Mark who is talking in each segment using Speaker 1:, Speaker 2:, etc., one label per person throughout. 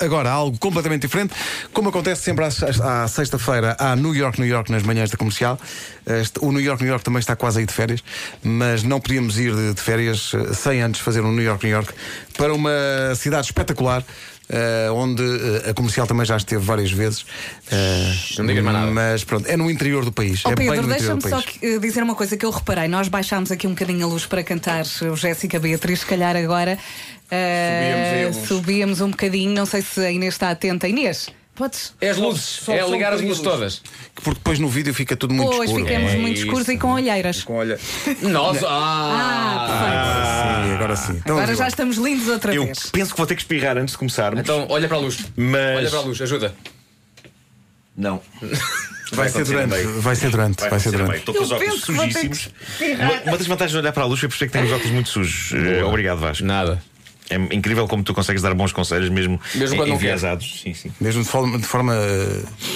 Speaker 1: agora a algo completamente diferente, como acontece sempre às- às- à, sexta-feira, à New York, New York, nas manhãs da comercial. Este- o New York, New York também está quase aí de férias, mas não podíamos ir de, de férias eh, sem antes fazer um New York, New York para uma cidade espetacular. eh, onde eh, a comercial também já esteve várias vezes. eh,
Speaker 2: Não digas mais nada.
Speaker 1: Mas pronto, é no interior do país.
Speaker 3: Ó
Speaker 1: é bem
Speaker 3: Oh, Pedro,
Speaker 1: no interior
Speaker 3: deixa-me
Speaker 1: do
Speaker 3: só
Speaker 1: país.
Speaker 3: que- eh, dizer uma coisa que eu reparei. Nós baixámos aqui um bocadinho a luz para cantar o Jéssica Beatriz, se calhar agora eh,
Speaker 2: Subíamos aí a luz.
Speaker 3: subíamos um bocadinho. Não sei se a Inês está atenta. Inês, podes?
Speaker 2: É as luzes,
Speaker 1: só-
Speaker 2: é
Speaker 1: só um
Speaker 2: ligar as
Speaker 1: bocadinho
Speaker 2: luzes
Speaker 1: de luz.
Speaker 2: todas.
Speaker 1: Porque depois no vídeo fica tudo muito
Speaker 3: Pois
Speaker 1: escuro.
Speaker 3: ficamos
Speaker 2: É
Speaker 3: muito
Speaker 2: isso.
Speaker 3: escuros e com olheiras.
Speaker 1: olha.
Speaker 2: Nós.
Speaker 3: Ah,
Speaker 2: Ah!
Speaker 3: perfeito.
Speaker 1: Sim, agora sim. Então,
Speaker 3: agora
Speaker 1: vamos
Speaker 3: já
Speaker 1: lá.
Speaker 3: estamos lindos outra
Speaker 4: Eu
Speaker 3: vez.
Speaker 4: penso que vou ter que espirrar antes de começarmos.
Speaker 2: Então, olha para a luz.
Speaker 4: Mas-
Speaker 2: Olha para a luz, ajuda.
Speaker 4: não.
Speaker 1: Vai ser
Speaker 4: acontecer a
Speaker 1: durante,
Speaker 4: meio.
Speaker 1: vai ser durante, vai ser
Speaker 4: acontecer a
Speaker 1: durante.
Speaker 4: meio. Estou com
Speaker 3: Eu
Speaker 4: os óculos
Speaker 3: penso que vou ter que
Speaker 4: sujíssimos. Uma, uma das vantagens de olhar para a luz foi perceber que tenho os óculos muito sujos. Eh, Obrigado, Vasco.
Speaker 2: Nada.
Speaker 4: É incrível como tu consegues dar bons conselhos, mesmo,
Speaker 2: Mesmo quando não quer.
Speaker 4: enviesados. Sim, sim.
Speaker 1: Mesmo de forma, de forma eh,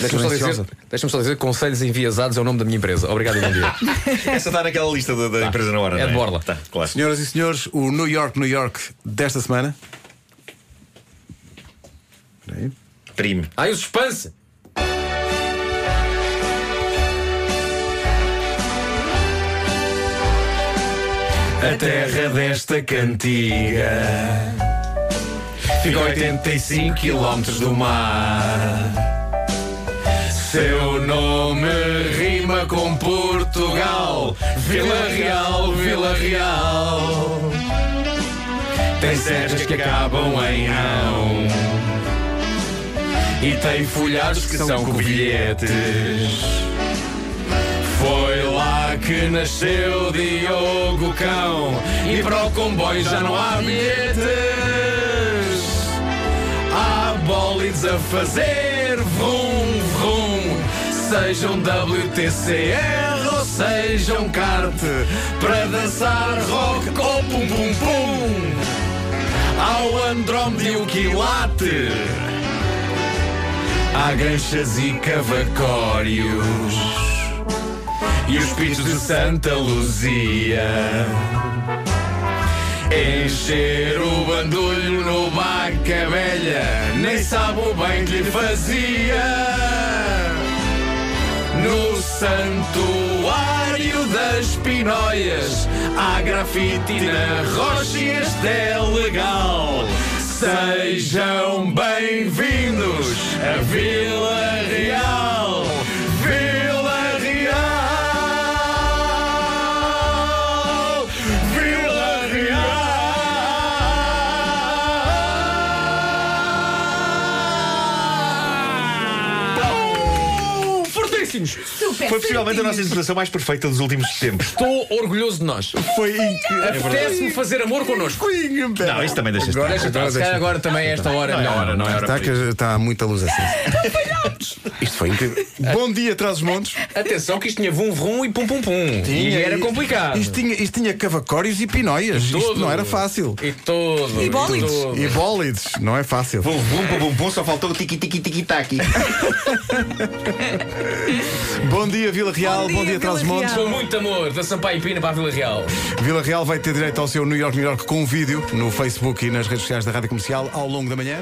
Speaker 2: Deixa-me só, dizer,
Speaker 1: silenciosa.
Speaker 2: deixa-me só dizer, conselhos enviesados é o nome da minha empresa. Obrigado e bom dia.
Speaker 4: Essa está naquela lista da, da empresa na hora.
Speaker 2: É de
Speaker 4: não
Speaker 2: borla.
Speaker 4: Tá, claro.
Speaker 1: Senhoras e senhores, o New York, New York desta semana. Espera aí.
Speaker 4: Prime.
Speaker 2: Ai, Ah, o suspense!
Speaker 4: A terra desta cantiga fica a 85 quilómetros do mar. Seu nome rima com Portugal, Vila Real, Vila Real. Tem serras que acabam em ão e tem folhados que são covilhetes. Foi lá que nasceu Diogo Cão E para o comboio já não há bilhetes Há bólides a fazer Vrum, vrum Sejam WTCR ou sejam kart Para dançar rock ou pum pum pum Ao Andrómeda e o quilate Há ganchas e cavacórios e os pitos de Santa Luzia. Encher o bandulho no Baca Velha, nem sabe o bem que lhe fazia. No santuário das Pinóias, há grafite na rocha e este é legal. Sejam bem-vindos a Vila Real. Vila Real. Vila Real.
Speaker 2: Fortíssimos!
Speaker 3: Super
Speaker 4: Foi possivelmente a nossa interpretação mais perfeita dos últimos tempos.
Speaker 2: Estou orgulhoso de nós.
Speaker 1: Foi incrível.
Speaker 2: Apetece-me fazer amor connosco.
Speaker 4: É Não, isso também deixa estar.
Speaker 1: Então,
Speaker 2: Deixa estar, se calhar agora também esta hora é melhor.
Speaker 4: não é
Speaker 1: Está, Tá que está muita luz acesa.
Speaker 4: Então,
Speaker 1: Isto foi incrível. Bom dia, Traz os Montes.
Speaker 2: Atenção que isto tinha vum vum e pum pum pum. e era complicado.
Speaker 1: é Isto tinha, isto tinha cavacórios e pinóias. Isto
Speaker 2: Todo.
Speaker 1: não era fácil.
Speaker 2: E todo.
Speaker 3: E bólides.
Speaker 2: todo.
Speaker 1: E bólides, não é fácil.
Speaker 4: Bum, bum, bum, bum, bum, só faltou o tiqui-tiqui-tiqui-taqui.
Speaker 1: Bom dia, Vila Real.
Speaker 3: Bom
Speaker 1: Bom
Speaker 3: dia,
Speaker 1: dia, Traz os
Speaker 3: Vila
Speaker 1: Montes.
Speaker 3: Real.
Speaker 2: Com muito amor, da Sampaio Pina para a Vila Real.
Speaker 1: Vila Real vai ter direito ao seu New York, New York com um vídeo no Facebook e nas redes sociais da Rádio Comercial ao longo da manhã.